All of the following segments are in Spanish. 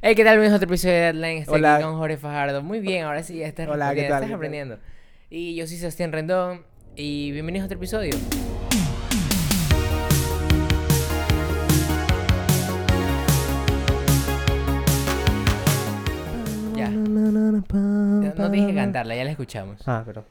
Hey, ¿qué tal? Bienvenidos a otro episodio de Deadline. Estoy Hola. aquí con Jorge Fajardo. Muy bien, ahora sí, ya estás, Hola, ¿qué respondiendo, estás tal? ¿Qué tal? aprendiendo. Y yo soy Sebastián Rendón. Y bienvenidos a otro episodio. Ya. No, no dije cantarla, ya la escuchamos. Ah, pero.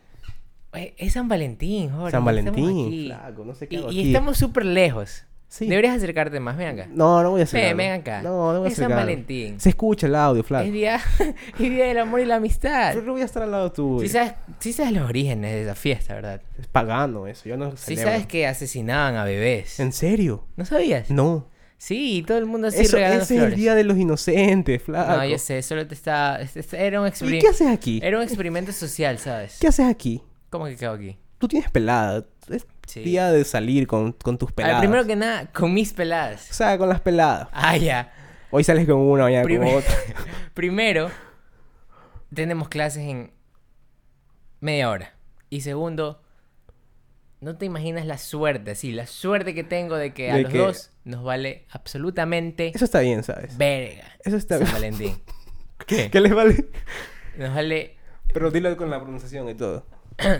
Oye, es San Valentín, Jorge. San estamos Valentín. aquí. flaco, no sé qué Y, hago y aquí. estamos súper lejos. Sí. Deberías acercarte más, ven acá. No, no voy a hacer. Ven, algo. ven acá. No, no voy a Es hacer. San algo. Valentín. Se escucha el audio, Es flaco. día, es día del amor y la amistad. Yo no voy a estar al lado tuyo. Sí sabes, sí sabes los orígenes de esa fiesta, ¿verdad? Es pagano eso. Yo no Sí celebro. sabes que asesinaban a bebés. ¿En serio? ¿No sabías? No. Sí, y todo el mundo así eso, regalando ese es el flores. día de los inocentes, flaco. No, yo sé, solo te estaba... es- es- Era un, ¿Y experi- qué haces aquí? era un experimento social, ¿sabes? ¿Qué haces aquí? ¿Cómo que quedo aquí? Tú tienes pelada. Es Sí. día de salir con, con tus Ah, peladas. primero que nada, con mis O peladas. sea, con las peladas. Ah, ya. Hoy sales con una, mañana Prime- con otra. primero, tenemos clases en media hora. Y segundo, no te imaginas la suerte, sí, la suerte que tengo de que a De los que- dos nos vale absolutamente Eso está bien, ¿sabes? verga. Eso está San bien. Valentín. ¿Qué? ¿Qué les vale? Nos vale, Pero dilo con la pronunciación y todo.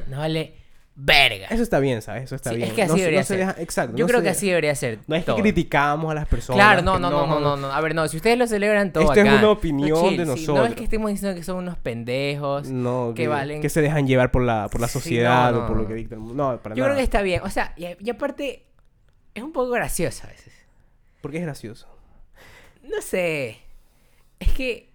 nos vale verga. Eso está bien, ¿sabes? Eso está Sí, bien. es que así No se- no debería se ser. deja- exacto. Yo no creo que se deja- así debería ser. No es que todo. criticamos a las personas. Claro, no, que no, no, no, no, no. A ver, no, si ustedes lo celebran todo Esto es acá. una opinión Chill, de sí, No es nosotros. que estemos diciendo que son unos pendejos. No, que que, valen. que se dejan llevar por la, por la Sí, no, sociedad no, o por no. lo que dicta el mundo. No, para Yo nada. creo que está bien. O sea, y, y aparte, es un poco gracioso a veces. Porque es gracioso. No sé. Es que.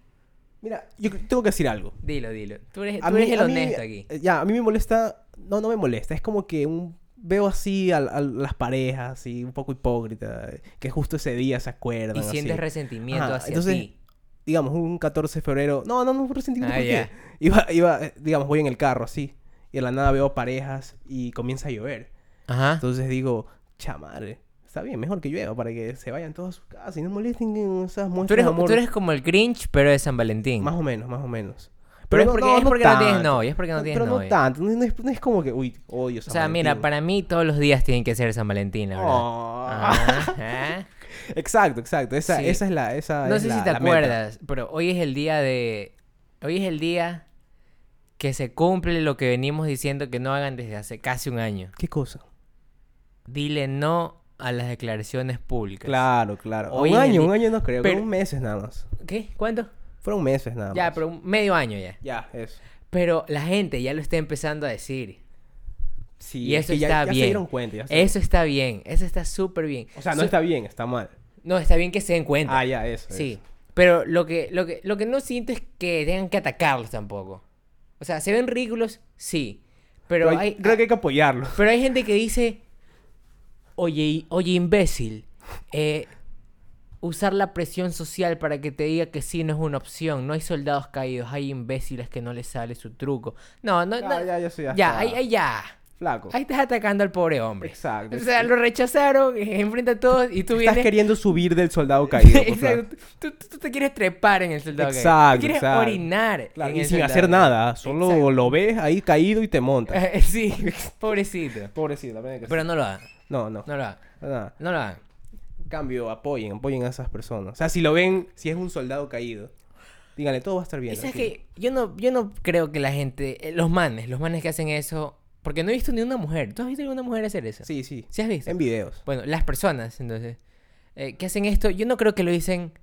Mira, yo cre- tengo que decir algo. Dilo, dilo. Tú eres, A Eh, tú mí- eres el a mí- honesto aquí. eh, Ya, a mí me molesta. No, no me molesta. Es como que un- veo así a, a las parejas, así, un poco hipócrita. eh, Que justo ese día se acuerdan. Y sientes así. resentimiento Ajá, hacia entonces, ti. digamos, un 14 de febrero. No, no, no, resentimiento, Ah, ¿por ya. qué? Iba, iba, eh, digamos, voy en el carro así. Y de la nada veo parejas y comienza a llover. Ajá. Entonces digo, chamadre, está bien, mejor que llueva para que se vayan todos a su casa y no molesten en esas muestras Tú eres, de amor. tú eres como el cringe, pero de San Valentín. Más o menos, más o menos. Pero es porque- es porque no tienes tanto. novia, es porque no tienes Pero novia. no tanto, no, no es, no es como que, uy, odio o sea, mira, para mí todos los días tienen que ser San Valentín, la verdad. Oh. Ah, Ajá. Exacto, exacto. Esa, Sí. esa es la. Esa No es sé la- si te la meta. acuerdas, pero hoy es el día de. Hoy es el día que se cumple lo que venimos diciendo que no hagan desde hace casi un año. ¿Qué cosa? Dile no a las declaraciones públicas. Claro, claro. Hoy un es el año, di- un año no creo, Pero- fueron meses nada más. ¿Qué? ¿Cuánto? Fueron meses nada ya, más. pero un medio año ya. Ya, eso. Pero la gente ya lo está empezando a decir. Sí, Y es eso que ya- está ya bien. se dieron cuenta. ya se- Eso está bien, eso está súper bien. O sea, no Su- está bien, está mal. no, está bien que se den cuenta. Ah, ya, eso. Sí, pero lo que, lo, que, lo que no siento es que tengan que atacarlos tampoco. O sea, se ven ridículos, sí. Pero, Pero hay, creo que hay que apoyarlo. pero hay gente que dice, oye, oye imbécil, eh, usar la presión social para que te diga que sí no es una opción. No hay soldados caídos, hay imbéciles que no les sale su truco. No, no, Ya, no. ya, ya, sí, ya ya, está. ahí, ahí ya. Flaco. Ahí estás atacando al pobre hombre. Exacto. O sea, lo rechazaron, enfrenta a todos y tú Estás vienes queriendo subir del soldado caído. pues, flaco. Exacto. Tú, tú- tú te quieres trepar en el soldado caído. Exacto, Te quieres exacto. orinar. Claro, en y el sin soldado hacer caído. nada, solo Exacto. lo ves ahí caído y te montas. Eh, sí, pobrecito. Pobrecito, la verdad que sí. Pero no lo hagan. No, no. No lo hagan. Nada. No lo hagan. En Cambio, apoyen, apoyen a esas personas. O sea, si lo ven, si es un soldado caído, díganle, todo va a estar bien. Y sabes tranquilo. que yo no, yo no creo que la gente, eh, los manes, los manes que hacen eso, porque no he visto ni una mujer. ¿Tú has visto alguna mujer hacer eso? Sí, Em, sí. ¿Sí has visto? En videos. Bueno, las personas, entonces, eh, que hacen esto, yo no creo que lo dicen,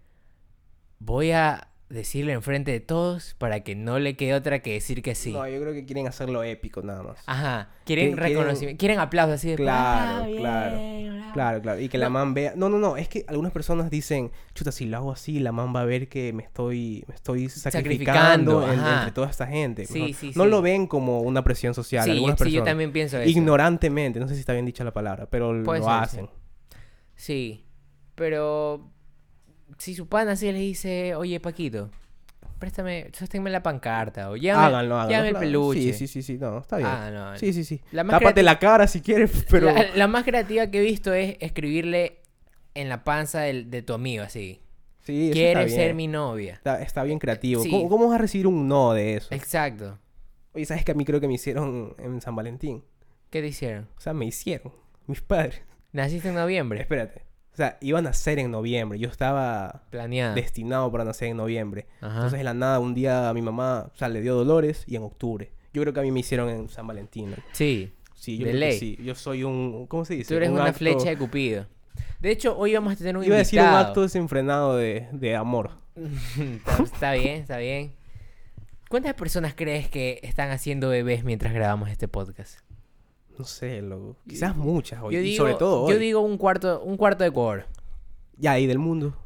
voy a decirle enfrente de todos para que no le quede otra que decir que sí. No, yo creo que quieren hacerlo épico nada más. Ajá. Quieren Que- quieren- reconocimiento. Quieren aplausos así de Claro, "Ah, claro, bien, bravo". Claro, claro. Y que la No. man vea. No, no, no. Es que algunas personas dicen, chuta, si lo hago así, la man va a ver que me estoy, me estoy Sacrificando, sacrificando, en- ajá. entre toda esta gente. Sí, Mejor- sí, no sí. lo ven como una presión social. Sí, yo, algunas sí, yo personas. también pienso eso. Ignorantemente, no sé si está bien dicha la palabra, pero Puede lo ser, sí. hacen. Sí. Pero si su pana así le dice, oye, Paquito, préstame, sosténme la pancarta o llévame, háganlo, háganlo. llévame el claro. peluche. Sí, sí, sí, sí. No, está bien. Ah, no, Sí, sí, sí. La más Tápate creati- la cara si quieres, pero. La, la más creativa que he visto es escribirle en la panza del- de tu amigo así. Sí, eso está Quieres bien. ser mi novia. Está, está bien creativo. Sí. ¿Cómo, cómo vas a recibir un no de eso? Exacto. Oye, ¿sabes que a mí creo que me hicieron en San Valentín? ¿Qué te hicieron? O sea, me hicieron. Mis padres. ¿Naciste en noviembre? Espérate. O sea, iba a nacer en noviembre. Yo estaba Planeada. destinado para nacer en noviembre. Ajá. Entonces, de la nada, un día a mi mamá, o sea, le dio dolores y en octubre. Yo creo que a mí me hicieron en San Valentín. Sí. Sí, yo De creo que ley. sí. Yo soy un... ¿Cómo se dice? Tú eres Un una acto- flecha de Cupido. De hecho, hoy vamos a tener un Iba a decir un acto invitado. desenfrenado de, de amor. está, está bien, está bien. ¿Cuántas personas crees que están haciendo bebés mientras grabamos este podcast? No sé, loco. Quizás muchas hoy. Yo y digo, sobre todo hoy. yo digo un cuarto, un cuarto de Ecuador. Ya, y del mundo.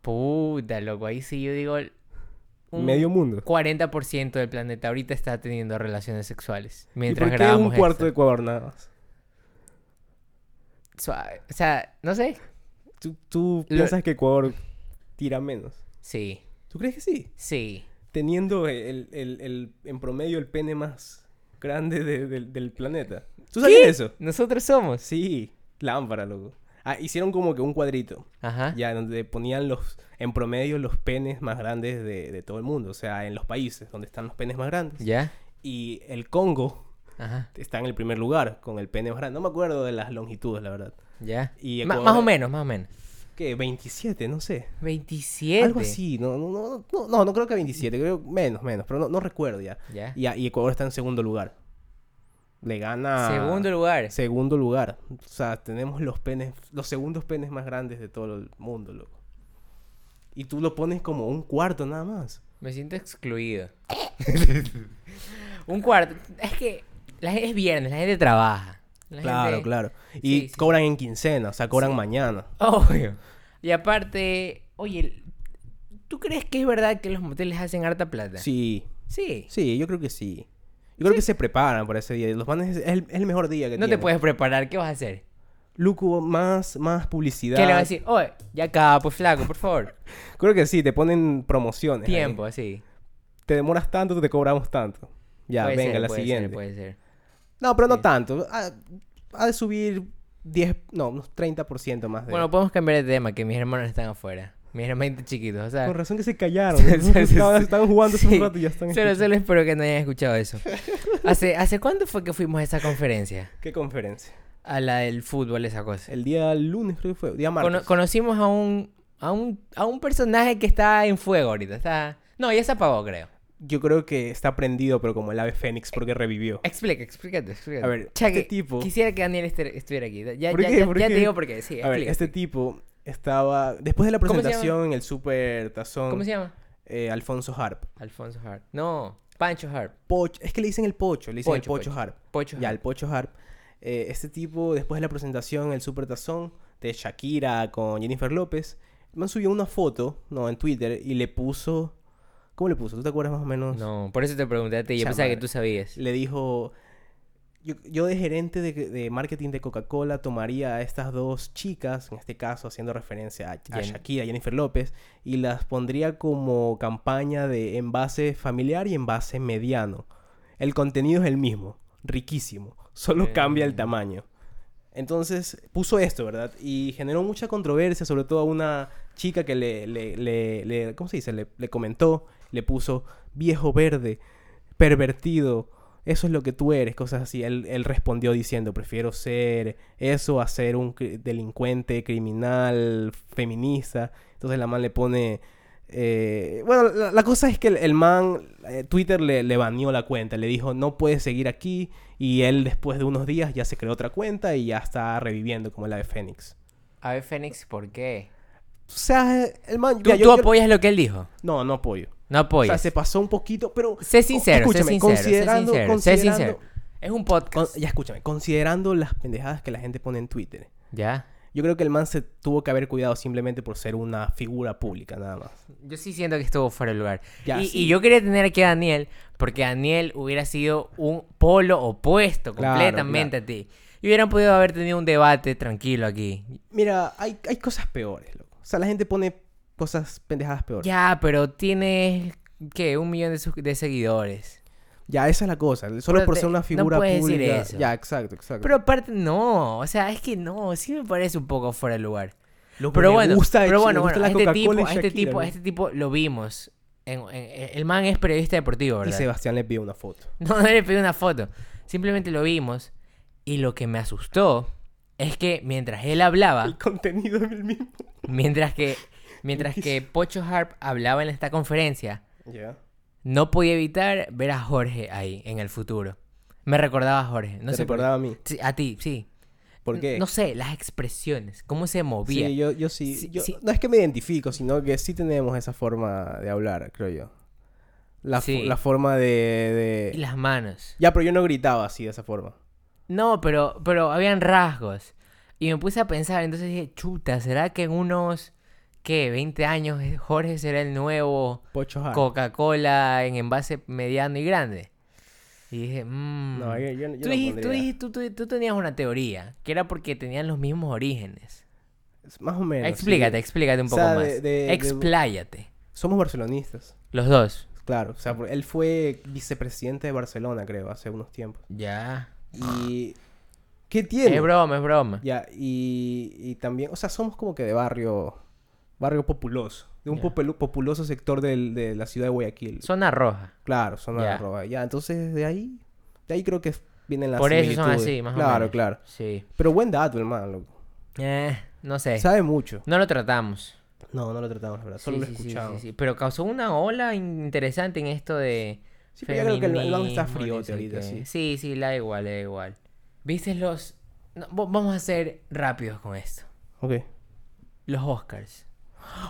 Puta, loco, ahí sí yo digo un Medio mundo. 40% del planeta ahorita está teniendo relaciones sexuales mientras ¿Y por qué grabamos un cuarto de esto. Ecuador nada más? Suave. O sea, no sé. ¿Tú, tú piensas que Ecuador tira menos? Sí, ¿Tú crees que sí? sí. Teniendo el, el- el- en promedio el pene más grande de- del- del planeta. ¿Tú sabías eso? Nosotros somos. Sí, lámpara, loco. Ah, hicieron como que un cuadrito. Ajá. Ya, donde ponían los, en promedio los penes más grandes de, de todo el mundo. O sea, en los países donde están los penes más grandes. ¿Ya? Y el Congo Ajá. está en el primer lugar con el pene más grande. No me acuerdo de las longitudes, la verdad. ¿Ya? Y Ma- Ecuador- más o menos, más o menos. ¿Qué? 27, no sé. 27. Algo así, no, no, no, no, no, no creo que 27, creo menos, menos, pero no, no recuerdo ya. ¿Ya? Y, a- y Ecuador está en segundo lugar. Le gana. Segundo lugar. Segundo lugar. O sea, tenemos los penes, los segundos penes más grandes de todo el mundo, loco. Y tú lo pones como un cuarto nada más. Me siento excluido. un cuarto. Es que la gente, es viernes, la gente trabaja. La Claro, gente- claro. Y Sí, sí. cobran en quincena, o sea, cobran mañana. Obvio. Y aparte, oye, ¿tú crees que es verdad que los moteles hacen harta plata? Sí, Sí. sí, yo creo que sí. Yo creo que se preparan para ese día. Los manes es el, es el mejor día que No te tienen. puedes preparar, ¿qué vas a hacer? Luco, más, más publicidad. ¿Qué le vas a decir? Oye, ya acá, pues flaco, por favor. Creo que sí, te ponen promociones. ahí. Tiempo, así. Te demoras tanto, te cobramos tanto. Ya, Puede venga, ser, la puede ser, siguiente. puede ser. No, pero no Sí. tanto. Ha, ha de subir 10, no, unos 30% más de... Bueno, podemos cambiar de tema, que mis hermanos están afuera. Mis hermanitos chiquitos, o sea. Con razón que se callaron. Sí, sí, sí, estaban, sí. estaban jugando hace Sí. un rato y ya están... Solo, solo espero que no hayan escuchado eso. ¿Hace, ¿Hace cuánto fue que fuimos a esa conferencia? ¿Qué conferencia? A la del fútbol, esa cosa. El día lunes creo que fue. Día Cono- martes. conocimos a un, a un a un personaje que está en fuego ahorita. Está... No, ya se apagó, creo. Yo creo que está prendido, pero como el ave fénix, porque revivió. Explica, explícate, explícate. A ver, Cha, este que- tipo- Quisiera que Daniel este- estuviera aquí. Ya, ¿Por ya- qué? ya- ¿Por ya qué? te digo por qué, sí. A ver, explica. este tipo estaba... Después de la eh, ¿Cómo se llama? presentación en el Super Tazón, ¿Cómo se llama? eh, Alfonso Harp. Alfonso Hart. No, Pancho Hart. Pocho- es que le dicen el pocho, le dicen el Pocho, pocho, pocho. Harp. Pocho Ya, el Hart. Pocho Harp. Eh, este tipo, después de la presentación en el Super Tazón de Shakira con Jennifer López, el man subió una foto, no, en Twitter, y le puso... ¿Cómo le puso? ¿Tú te acuerdas más o menos? No, por eso te pregunté a ti. Yo Cha pensaba que madre. tú sabías. Le dijo... Yo, yo de gerente de, de marketing de Coca-Cola tomaría a estas dos chicas, en este caso haciendo referencia a, a Jen- Shakira, Jennifer López, y las pondría como campaña de envase familiar y envase mediano. El contenido es el mismo, riquísimo, solo Eh. cambia el tamaño. Entonces puso esto, ¿verdad? Y generó mucha controversia, sobre todo a una chica que le, le, le- le- ¿cómo se dice? Le, le comentó, le puso viejo verde, pervertido, eso es lo que tú eres, cosas así. Él, él respondió diciendo, prefiero ser eso a ser un cri- delincuente, criminal, feminista. Entonces la man le pone... eh, bueno, la, la cosa es que el, el man, eh, Twitter le, le baneó la cuenta, le dijo, no puedes seguir aquí. Y él después de unos días ya se creó otra cuenta y ya está reviviendo como la de Fénix. A ver, Fénix, ¿por qué? O sea, el man... ¿Tú, mira, yo- tú yo- apoyas lo que él dijo? No, no apoyo. No O sea, apoyas. se pasó un poquito, pero... Sé sincero, sé escúchame, sincero, sé considerando- sincero, sé considerando- sincero. Es un Con- podcast. ya escúchame, considerando las pendejadas que la gente pone en Twitter, Ya. yo creo que el man se tuvo que haber cuidado simplemente por ser una figura pública, nada más. Yo sí siento que estuvo fuera de lugar. Ya, y, sí. y yo quería tener aquí a Daniel, porque Daniel hubiera sido un polo opuesto Claro, completamente a ti. Y hubieran podido haber tenido un debate tranquilo aquí. Mira, hay, hay cosas peores, loco. O sea, la gente pone cosas pendejadas peores. Ya, Ya, pero tienes, ¿qué? Un millón de, sus- de seguidores. esa es la cosa. Solo Pero por te- ser una no figura puedes decir pública. eso. Ya, exacto, exacto. Pero aparte, no. O sea, es que no. Sí me parece un poco fuera de lugar. Loco, Pero me bueno, gusta- pero me bueno, gusta bueno, la a este Coca-Cola tipo, y a este Shakira, tipo, a ¿no? este tipo lo vimos. En- en- el man es periodista deportivo, Y ¿verdad? Sebastián le pidió una foto. No, no le pedí una foto. Simplemente lo vimos. Y lo que me asustó es que mientras él hablaba, El contenido es el mismo. mientras que, mientras que Pocho Harp hablaba en esta conferencia, Ya. no podía evitar ver a Jorge ahí en el futuro. Me recordaba a Jorge. No Te sé por qué. recordaba a mí. Sí, a ti, sí. ¿Por N- qué? No sé, las expresiones, cómo se movía. Sí, yo, yo sí. Sí, yo- sí. No es que me identifico, sino que sí tenemos esa forma de hablar, creo yo. La, fo- Sí. la forma de, de- Y las manos. Ya, pero yo no gritaba así de esa forma. No, pero, pero habían rasgos. Y me puse a pensar, entonces dije, chuta, ¿será que en unos, qué, 20 años eh, Jorge será el nuevo Pocho Hart. Coca-Cola en envase mediano y grande? Y dije, mmm... No, yo, yo- yo tú, no dijiste- tú pondría. dijiste- tú- tú- tú tenías una teoría, que era porque tenían los mismos orígenes. Es Más o menos. sí. explícate, explícate un O poco sea, más. de- de- de- Expláyate. Somos barcelonistas, Los dos. claro. O sea, por- él fue vicepresidente de Barcelona, creo, hace unos tiempos. Ya. Y... ¿Qué tiene? Ah. Es broma, es broma. Ya, y, y también, o sea, somos como que de barrio, barrio populoso, de un Ya. popelu- populoso sector del- de la ciudad de Guayaquil. Zona roja. Claro, son Ya. de roba. Ya, entonces de ahí, de ahí creo que vienen las Por eso son similitudes. así, más o Claro, menos. claro. Sí. Pero buen dato, hermano. loco. Eh, no sé. Sabe mucho. No lo tratamos. No, no lo tratamos, la verdad. Solo Sí, lo sí, sí, escuchamos. sí, Sí, sí. Pero causó una ola in- interesante en esto de. pero yo creo que el, el man está feminismo, no friote sé ahorita, qué. sí. Sí, sí, la da igual, la da igual. ¿Viste los.? no, vo- vamos a ser rápidos con esto. Ok. Los Oscars.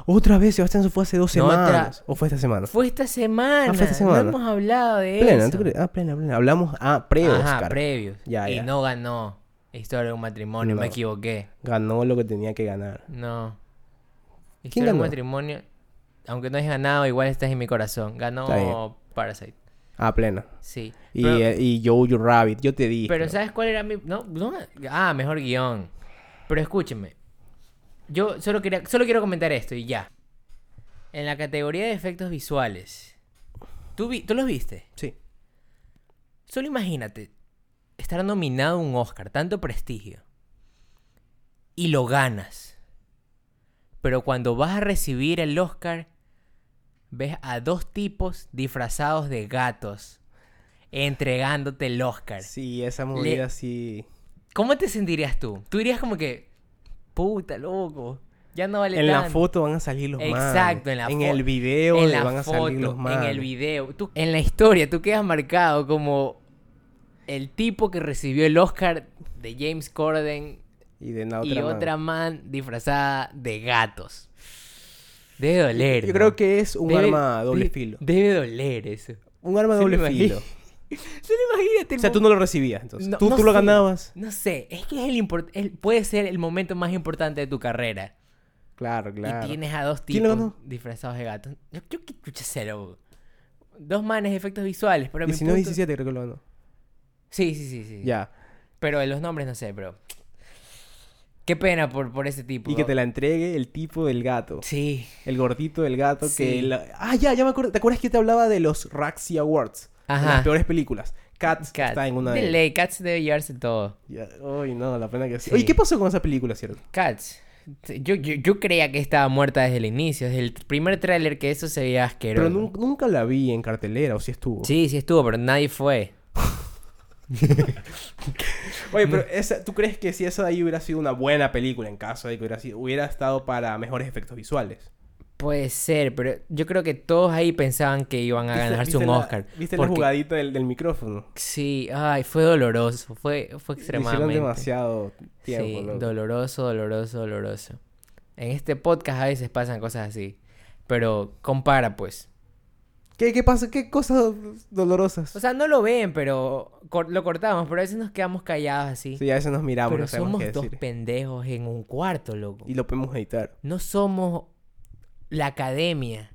Otra vez, Sebastián se fue hace dos No, otra- semanas. ¿O fue esta semana? Fue esta semana. Ah, fue esta semana. No hemos hablado de plena, eso. ¿tú crees? Ah, plena, plena. Hablamos, ah, Ajá, pre-Oscar. previos. Ya, y ya. no ganó Historia de un matrimonio. Me No. equivoqué. Ganó lo que tenía que ganar. No. Historia ¿Quién de un ganó? matrimonio. Aunque no hayas ganado, igual estás en mi corazón. Está bien. Ganó Parasite. Ah, plena. Sí. Y, Pero- eh, y Jojo Rabbit, yo te dije. Pero ¿sabes cuál era mi...? No, no, ah, mejor guión. Pero escúcheme. Yo solo, quería, solo quiero comentar esto y ya. En la categoría de efectos visuales. ¿Tú, vi- ¿Tú los viste? Sí. Solo imagínate estar nominado a un Oscar, tanto prestigio. Y lo ganas. Pero cuando vas a recibir el Oscar, ves a dos tipos disfrazados de gatos entregándote el Oscar. Sí, esa movida sí. ¿Cómo te sentirías tú? Tú dirías como que, puta, loco, ya no vale En la tanto". foto van a salir los manes. Exacto, en la En fo- el video en le la van a foto, salir los manes. en el video. Tú, en la historia, tú quedas marcado como el tipo que recibió el Oscar de James Corden Y de la y otra man. otra man disfrazada de gatos. Debe doler. Yo ¿no? creo que es un Debe- arma a doble de- filo. Debe doler eso. Un arma a se lo doble imagino. filo. Solo imagínate. O el sea, tú mo- no lo recibías, entonces. No- tú no tú lo sé. ganabas. No sé, es que es el import- el- puede ser el momento más importante de tu carrera. Claro, claro. Y tienes a dos ¿Quién lo tipos ganó? disfrazados de gatos. Yo, yo qué chucha cero. Dos manes de efectos visuales, pero a mi 19 punto- 17 creo que lo ganó. Sí, sí, sí, sí. Ya. Pero de los nombres no sé, pero. Qué pena por, por ese tipo. Y que te la entregue el tipo del gato. Sí. El gordito del gato Sí. que... la- Ah, ya, ya me acuerdo. ¿Te acuerdas que te hablaba de los Raxi Awards? De Ajá. Las peores películas. Cats Cats. está en una de de ellas. ley, Cats debe llevarse todo. Ya, Uy, no, la pena que sí. Sí. Oye, ¿qué pasó con esa película, cierto? Cats. Yo, yo, yo creía que estaba muerta desde el inicio, desde el primer tráiler que eso se veía asqueroso. Pero nun- nunca la vi en cartelera, o si estuvo. Sí, sí estuvo, pero nadie fue. Oye, pero esa- ¿tú crees que si esa de ahí hubiera sido una buena película en caso de que hubiera, sido, hubiera estado para mejores efectos visuales? Puede ser, pero yo creo que todos ahí pensaban que iban a ¿Viste- ganarse viste un la- Oscar. ¿Viste la porque- jugadita del, del micrófono? Sí, ay, fue doloroso, fue, fue Le hicieron extremadamente. demasiado tiempo. sí, loco. doloroso, doloroso, doloroso. En este podcast a veces pasan cosas así, pero compara pues. ¿Qué, ¿Qué pasa? ¿Qué cosas dolorosas? O sea, no lo ven, pero cor- lo cortamos, pero a veces nos quedamos callados así. sí, a veces nos miramos, pero no sabemos somos qué dos decir. pendejos en un cuarto, loco. Y lo podemos editar. No somos la academia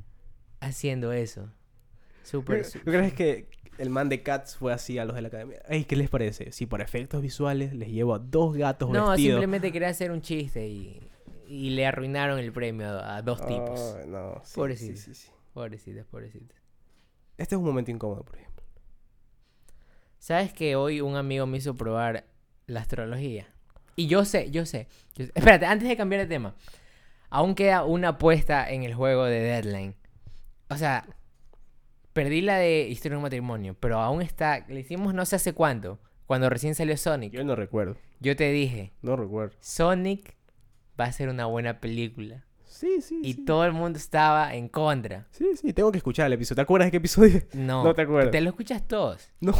haciendo eso. Súper. ¿Tú crees que el man de Cats fue así a los de la academia? Ey, ¿qué les parece? Si por efectos visuales les llevo a dos gatos No, vestidos. simplemente quería hacer un chiste y, y le arruinaron el premio a a dos tipos. Ay, no, sí, sí, Pobrecito. sí, sí. Pobrecitos, pobrecitos. Este es un momento incómodo, por ejemplo. ¿Sabes que hoy un amigo me hizo probar la astrología? Y yo sé, yo sé. yo sé- Espérate, antes de cambiar de tema. Aún queda una apuesta en el juego de Deadline. O sea, perdí la de Historia de un matrimonio, pero aún está... Le hicimos no sé hace cuánto. Cuando recién salió Sonic, Yo no recuerdo. yo te dije, No recuerdo. Sonic va a ser una buena película. Sí, sí. Y sí. todo el mundo estaba en contra. Sí, sí, tengo que escuchar el episodio. ¿Te acuerdas de qué episodio? No, No te acuerdas. lo escuchas todos. No.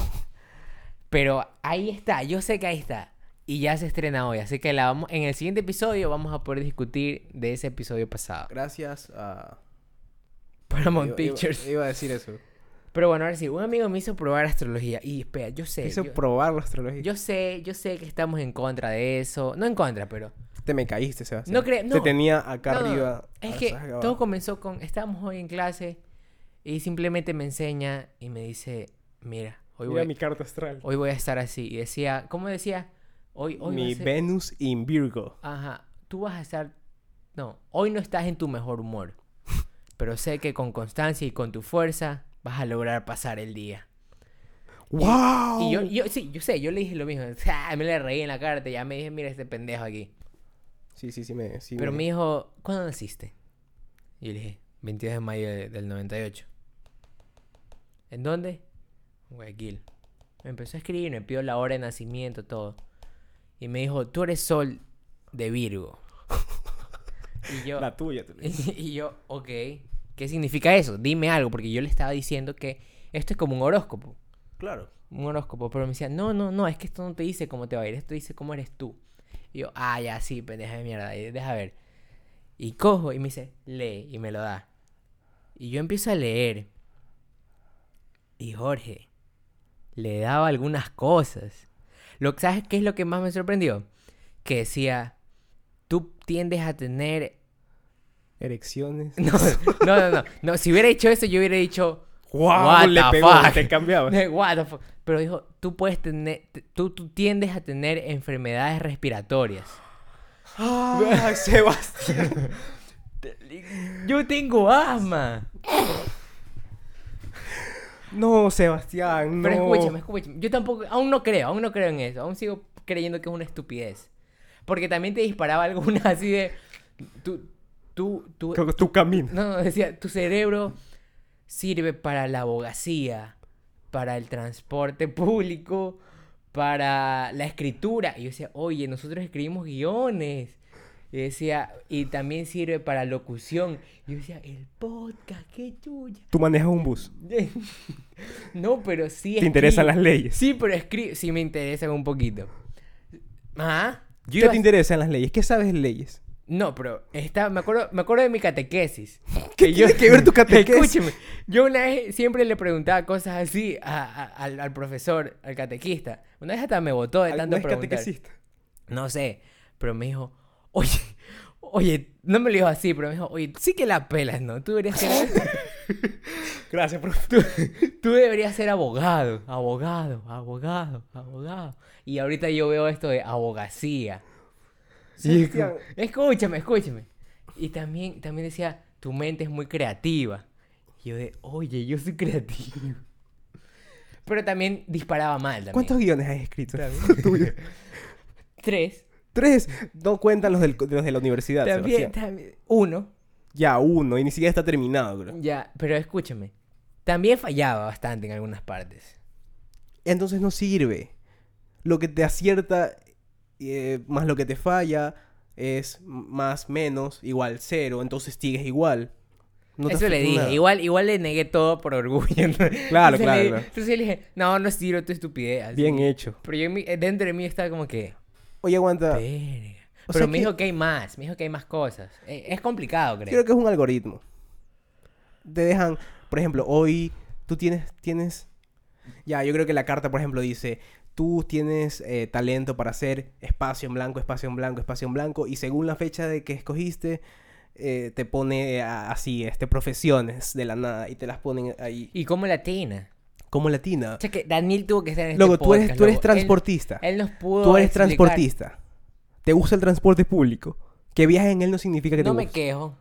Pero ahí está, yo sé que ahí está. Y ya se estrena hoy, así que la vamos, en el siguiente episodio vamos a poder discutir de ese episodio pasado. Gracias a. Paramount Iba- Pictures. Iba, iba a decir eso. Pero bueno, ahora sí, un amigo me hizo probar astrología. Y espera, yo sé. Hizo yo, probar la astrología. yo sé, yo sé que estamos en contra de eso. No en contra, pero. Te me caíste, Sebastián. No creo- Te no. tenía acá No, no, no. arriba. Es Ah, que estás acá todo abajo. comenzó con. Estábamos hoy en clase y simplemente me enseña y me dice: Mira, hoy, Mira voy, mi carta astral. hoy voy a estar así. Y decía, ¿cómo decía? Hoy, hoy va a mi ser- Venus in Virgo. Ajá, tú vas a estar... No, hoy no estás en tu mejor humor. Pero sé que con constancia y con tu fuerza vas a lograr pasar el día. ¡Wow! Y yo, yo, sí, yo sé, yo le dije lo mismo. ¡Ah! Me le reí en la cara, te llamé y dije, mira este pendejo aquí. Sí, sí, sí, me. sí Pero me- me dijo, ¿cuándo naciste? Y yo le dije, 22 de mayo de- del 98. ¿En dónde? En Guayaquil. Me empezó a escribir, me pidió la hora de nacimiento, todo. Y me dijo, tú eres sol de Virgo. y yo, La tuya. te- y yo, ok, ¿qué significa eso? Dime algo, porque yo le estaba diciendo que esto es como un horóscopo. Claro. Un horóscopo, pero me decía, no, no, no, es que esto no te dice cómo te va a ir, esto dice cómo eres tú. Y yo, ah, ya, sí, pendeja de mierda, eh, deja ver. Y cojo y me dice, lee, y me lo da. Y yo empiezo a leer. Y Jorge le daba algunas cosas. Lo que sabes qué es lo que más me sorprendió, que decía, tú tiendes a tener Erecciones. no, no, no, no, no. Si hubiera hecho eso, yo hubiera dicho, ¡Wow! Le the pegó, fuck? te cambiaba. what the fuck. Pero dijo, tú puedes tener, t- tú, tú tiendes a tener enfermedades respiratorias. ¡Ah, Sebastián! Yo tengo asma. no, Sebastián, no. Pero escúchame, escúchame. Yo tampoco, aún no creo, aún no creo en eso. Aún sigo creyendo que es una estupidez. Porque también te disparaba algunas así de, tú, tú, tú, Creo que tu camino. No, no, decía, tu cerebro sirve para la abogacía, para el transporte público, para la escritura. Y yo decía, oye, nosotros escribimos guiones. Y decía, y también sirve para locución. Y yo decía, el podcast, qué chulla. Tú manejas un bus. no, pero sí. Te interesan escribo- las leyes. Sí, pero escribo, sí me interesan un poquito. Ajá. Yo ¿Qué iba- te interesan las leyes? ¿Qué sabes de leyes? No, pero está, me acuerdo, me acuerdo de mi catequesis. ¿Qué tiene que ver tu catequesis? Escúcheme, yo una vez siempre le preguntaba cosas así a- a- al, al profesor, al catequista. Una vez hasta me botó de Ay, tanto no es preguntar. catequesista. No sé, pero me dijo, oye, oye, no me lo dijo así, pero me dijo, oye, sí que la pelas, ¿no? Tú deberías ser, Gracias, profe. tú deberías ser abogado, abogado, abogado, abogado. Y ahorita yo veo esto de abogacía. Sí, Sebastián, Escúchame, escúchame. Y también, también decía, tu mente es muy creativa. Y yo de, oye, yo soy creativo. Pero también disparaba mal también. ¿Cuántos guiones has escrito? Tuyo. Tres. Tres. No cuentan los, del- de los de la universidad. También, Sebastián. también. Uno. Ya uno, y ni siquiera está terminado, creo. Ya, pero escúchame. También fallaba bastante en algunas partes. Entonces no sirve. Lo que te acierta eh, más lo que te falla es más menos igual cero. Entonces sigues igual. No te Eso le afecta dije. nada. Igual, igual le negué todo por orgullo. Claro, Entonces le- claro, claro. Entonces le dije, no, no es tiro tu estupidez. así. Bien eh. hecho. Pero yo en mi- eh, dentro de mí estaba como que... Oye, aguanta. Verga. Ah. O Pero sea me que- dijo que hay más, me dijo que hay más cosas. Eh, Es, complicado, creo. Creo que es un algoritmo. Te dejan, por ejemplo, hoy tú tienes, tienes, ya, yo creo que la carta, por ejemplo, dice, tú tienes eh, talento para hacer espacio en blanco, espacio en blanco, espacio en blanco, y según la fecha de que escogiste, eh, te pone a- así, este, profesiones de la nada, y te las ponen ahí Y como latina. como latina. O sea que Daniel tuvo que estar en este Luego, tú eres, podcast, tú eres loco. transportista. Él, él nos pudo Tú eres explicar. transportista. Te gusta el transporte público. Que viajes en él no significa que te No me guste. quejo.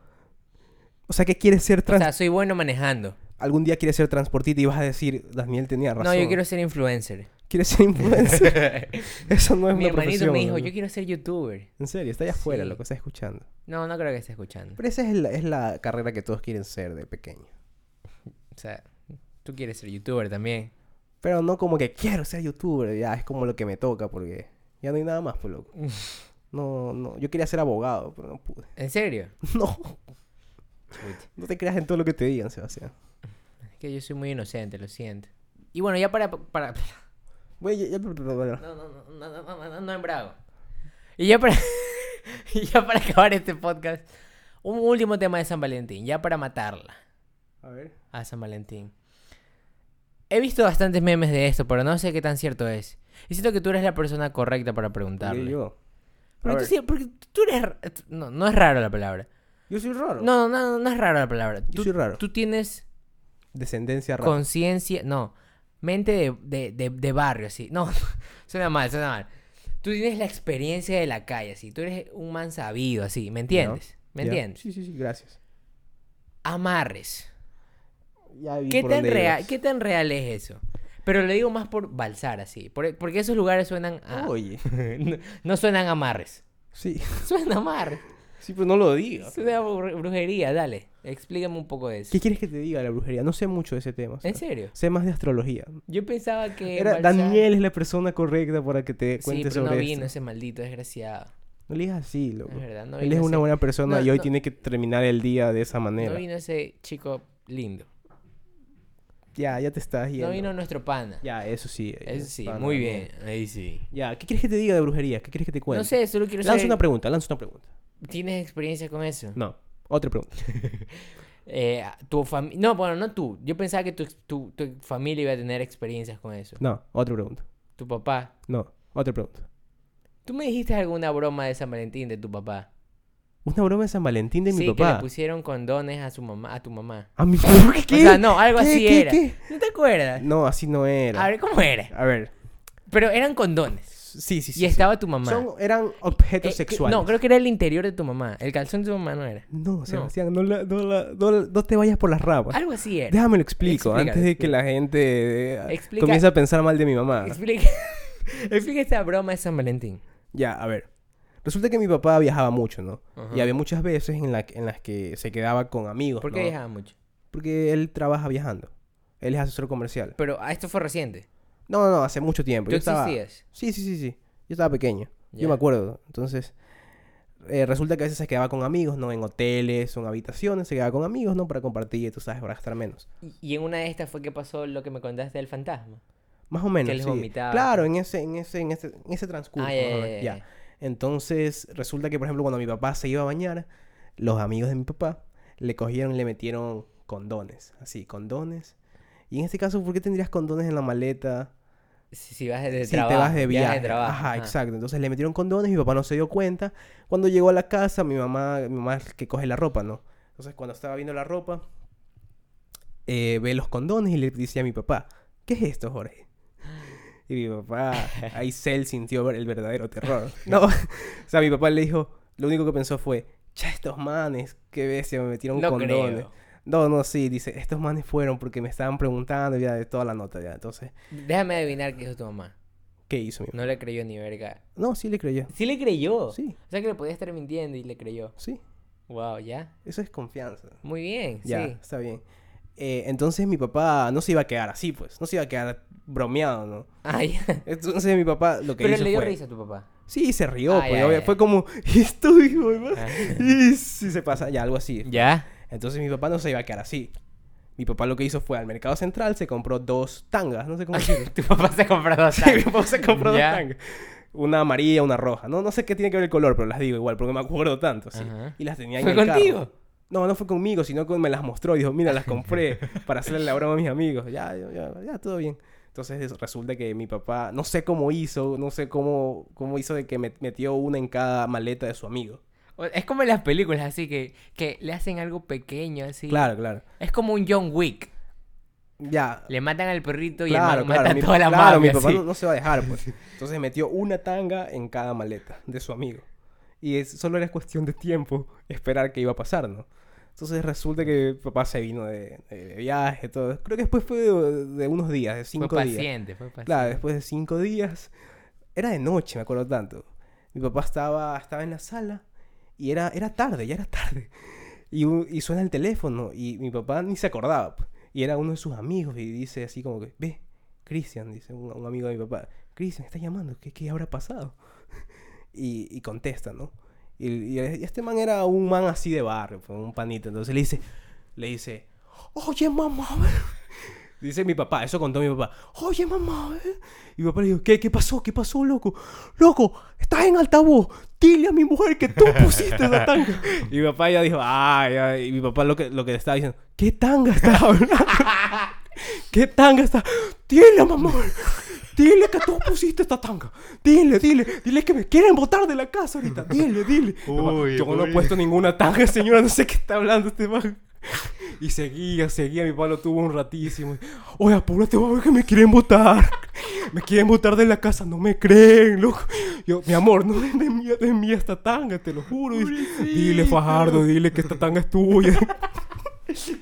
O sea, que quieres ser O trans sea, soy bueno manejando. algún día quieres ser transportista y vas a decir, Daniel tenía razón. No, yo quiero ser influencer. Quieres ser influencer. Eso no es Mi una hermanito profesión. me dijo, ¿no? yo quiero ser youtuber. En serio, está allá afuera Sí. lo que está escuchando. No, no creo que esté escuchando. Pero esa es la, es la carrera que todos quieren ser de pequeño. O sea, tú quieres ser youtuber también. Pero no como que quiero ser youtuber, ya es como lo que me toca, porque ya no hay nada más, pues loco. No, no, yo quería ser abogado, pero no pude. ¿En serio? No, Chuta. no te creas en todo lo que te digan, Sebastián. Es que yo soy muy inocente, lo siento. Y bueno, ya para... para... Güey, ya- ya- ya- No, no, no, no, no, no, no, no embrago. Y ya para, y ya para acabar este podcast, un último tema de San Valentín, ya para matarla A ver. a San Valentín. He visto bastantes memes de esto, pero no sé qué tan cierto es. Y siento que tú eres la persona correcta para ¿por qué preguntarle. Yo. A Porque, tú, ver. sí- porque tú eres... ra- No, no es raro la palabra. Yo soy raro. No, no, no, no es raro la palabra. Yo Tú, soy raro. tú tienes Descendencia rara. conciencia... No, mente de, de, de- de barrio, así. No, suena mal, suena mal. Tú tienes la experiencia de la calle, así. Tú eres un man sabido, así. ¿Me entiendes? ¿Me Ya. entiendes? Sí, sí, sí, gracias. Amarres. Ya vi ¿Qué por tan, dónde real, ibas. ¿Qué tan real es eso? Pero lo digo más por balsar así. por- e, porque esos lugares suenan a. Oye. no, no suenan amarres. Ah. Sí, Suena amar. sí, pero no lo digas. Suena a bru- brujería. Dale. Explícame un poco de eso. ¿Qué quieres que te diga de la brujería? No sé mucho de ese tema. o sea, ¿En serio? Sé más de astrología. Yo pensaba que. Era, Balsar- Daniel es la persona correcta para que te Sí, cuente pero sobre no esto. vino ese maldito desgraciado. No le digas así, loco. Es verdad, no Él vino es ese- una buena persona No, y hoy no. tiene que terminar el día de esa manera. No vino ese chico lindo. Ya, ya te estás yendo. No vino nuestro pana. Ya, eso sí. eh, Eso sí, pana, muy no. bien. Ahí sí. Ya, ¿qué quieres que te diga de brujería? ¿Qué quieres que te cuente? No sé, solo quiero Lanza saber. una pregunta, lanza una pregunta. ¿Tienes experiencia con eso? No, otra pregunta. Eh, tu familia. No, bueno, no tú. Yo pensaba que tu, ex- tu, tu familia iba a tener experiencias con eso. No, otra pregunta. Tu papá. No, otra pregunta. ¿Tú me dijiste alguna broma de San Valentín de tu papá? Una broma de San Valentín de sí, mi que le papá. pusieron condones a su mamá, a tu mamá. A mi ¿Qué? O sea, no, algo ¿Qué, así qué, era. qué? ¿No te acuerdas? No, así no era. A ver, ¿cómo era? A ver, Pero eran condones. Sí, sí, sí. Y sí. estaba tu mamá. Son, eran Eh, que- objetos sexuales. No, creo que era el interior de tu mamá. El calzón de tu mamá no era. No, Sebastián, no, la- no la- no la- no te vayas por las ramas. Algo así era. Déjame lo explico Explícalo, antes de que la gente eh, Explica- comience a pensar mal de mi mamá. Explica... Explica esta broma de San Valentín. Ya, a ver. Resulta que mi papá viajaba mucho, ¿no? Ajá. Y había muchas veces en, la, en las que se quedaba con amigos. ¿Por qué ¿no? viajaba mucho? Porque él trabaja viajando. Él es asesor comercial. Pero ah, esto fue reciente. No, no, no, hace mucho tiempo. Tú Yo estaba... existías. Sí, sí, sí, sí. Yo estaba pequeño. Ya. Yo me acuerdo. Entonces, eh, resulta que a veces se quedaba con amigos, ¿no? En hoteles o en habitaciones, se quedaba con amigos, ¿no? Para compartir, tú sabes, para gastar menos. Y- Y en una de estas fue que pasó lo que me contaste del fantasma. Más o menos. les sí. vomitaba. Claro, en ese, en ese, en ese, en ese transcurso. Ah, más o ya, menos, ya, ya, ya. Entonces, resulta que, por ejemplo, cuando mi papá se iba a bañar, los amigos de mi papá le cogieron y le metieron condones. Así, condones. Y en este caso, ¿por qué tendrías condones en la maleta? Si, si vas de, de si trabajo. te vas de viaje. trabajo, Ajá, ajá. exacto. Entonces le metieron condones, mi papá no se dio cuenta. Cuando llegó a la casa, mi mamá, mi mamá es que coge la ropa, ¿no? Entonces cuando estaba viendo la ropa, eh, ve los condones y le dice a mi papá, ¿qué es esto, Jorge? Y mi papá, ahí Cell sintió ver- el verdadero terror. No, o sea, mi papá le dijo, lo único que pensó fue, ya estos manes, qué bestia, me metieron No condones. creo. No, no, sí, dice, estos manes fueron porque me estaban preguntando ya de toda la nota, ya. Entonces, Déjame adivinar qué hizo tu mamá. ¿qué hizo mi mamá? No le creyó ni verga. No, sí le creyó. Sí le creyó. Sí, O sea que le podía estar mintiendo y le creyó. sí. Wow, ya. Eso es confianza. Muy bien, Ya, sí. está bien. Eh, entonces mi papá no se iba a quedar así, pues. No se iba a quedar bromeado, ¿no? Ah, ya. Entonces mi papá lo que Pero hizo le dio fue... risa a tu papá. Sí, se rió, Ah, pues. ya, obvio, ya, Fue ya. como, esto, hijo, de más". Ah. Y sí se pasa, ya, algo así. ¿Ya? Entonces mi papá no se iba a quedar así. Mi papá lo que hizo fue al mercado central, se compró dos tangas, no sé cómo decirlo. tu papá se compró dos Sí, mi tacos. papá se compró Ya. dos tangas. Una amarilla, una roja. No, no sé qué tiene que ver el color, pero las digo igual, porque me acuerdo tanto. sí. Ajá. Y las tenía en ¿Fue el carro. contigo? No, no fue conmigo, sino que me las mostró y dijo, mira, las compré para hacerle la broma a mis amigos. Ya, ya, ya, ya, todo bien. Entonces es- resulta que mi papá, no sé cómo hizo, no sé cómo, cómo hizo de que met- metió una en cada maleta de su amigo. O- Es como en las películas, así que, que le hacen algo pequeño, así. Claro, claro. Es como un John Wick. Ya. Le matan al perrito y claro, el man mata Mi, a toda la claro, mi mafia, papá así. no, no se va a dejar, pues. Entonces metió una tanga en cada maleta de su amigo. Y es- solo era cuestión de tiempo esperar que iba a pasar, ¿no? Entonces resulta que papá se vino de, de viaje, todo. Creo que después fue de, de unos días, de cinco fue días. paciente, fue paciente. Claro, después de cinco días. Era de noche, me acuerdo tanto. Mi papá estaba, estaba en la sala y era, era tarde, ya era tarde. Y, u- y suena el pues. teléfono y mi papá ni se acordaba. p- Y era uno de sus amigos y dice así como que, ve, Cristian, dice un, un amigo de mi papá, Cristian, está llamando, ¿qué, qué habrá pasado? y, y contesta, ¿no? Y, y este man era un man así de barrio, fue un panito. Entonces le dice, le dice, oye mamá. Dice mi papá, eso contó mi papá. Oye mamá. ¿eh?". Y mi papá le dijo, ¿qué, qué pasó? ¿Qué pasó, loco? Loco, estás en altavoz. Dile a mi mujer que tú pusiste esa tanga. y mi papá ya dijo, ah, ya. Y mi papá lo que, lo que le estaba diciendo, ¿qué tanga estás hablando? ¿Qué tanga está? Dile, mamá. Dile que tú pusiste esta tanga. Dile, dile. Dile que me quieren botar de la casa ahorita. Dile, dile. Mamá, Uy, yo no uy. he puesto ninguna tanga, señora. No sé qué está hablando este man. Y seguía, seguía. Mi papá lo tuvo un ratísimo. Oye, apúrate, va a ver que me quieren botar. Me quieren botar de la casa. No me creen, loco. Yo, mi amor, no es de mí, es mía esta tanga, te lo juro. Dice, Dile, Fajardo, dile que esta tanga es tuya.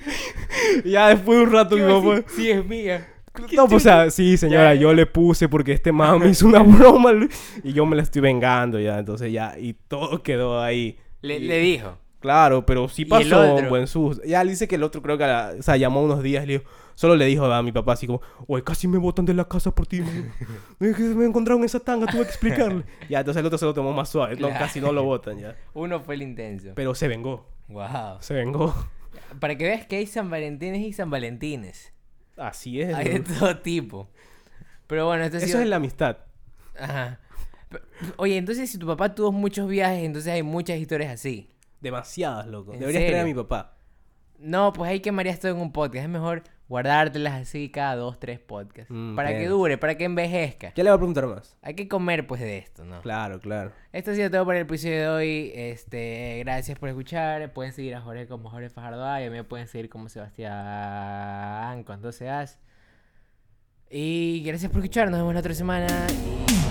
Y ya después de un rato mi papá... Sí, es mía. No, pues, o sea, sí, señora, yo le puse porque este man me hizo una broma Lu- y yo me la estoy vengando ya, entonces ya, y todo quedó ahí. Le, Y- le dijo. Claro, pero sí ¿Y el pasó un otro? buen susto. Ya le dice que el otro creo que, a la- o sea, llamó unos días y le dijo- solo le dijo a mi papá así como, oye, casi me botan de la casa por ti, man. Es que me encontraron esa tanga, tuve que explicarle. ya, entonces el otro se lo tomó más suave, no, Claro. casi no lo botan ya. Uno fue el intenso. Pero se vengó, Wow. se vengó. Para que veas que hay San Valentines y San Valentines. Así es. Hay bro. de todo tipo. Pero bueno, esto ha Eso sido- es la amistad. Ajá. Pe- Oye, entonces si tu papá tuvo muchos viajes, entonces hay muchas historias así. Demasiadas, loco. ¿En Deberías traer a serio? mi papá. No, pues hay que marear todo en un podcast. Es mejor guardártelas así cada dos, tres podcasts. Mm, para que tienes. dure, para que envejezca. Ya le voy a preguntar más. Hay que comer pues de esto, ¿no? Claro, claro. Esto ha sido todo por el episodio de hoy. Este, gracias por escuchar. Pueden seguir a Jorge como Jorge Fajardo A y a mí me pueden seguir como Sebastián con 12 As. Y gracias por escuchar. Nos vemos la otra semana. Y...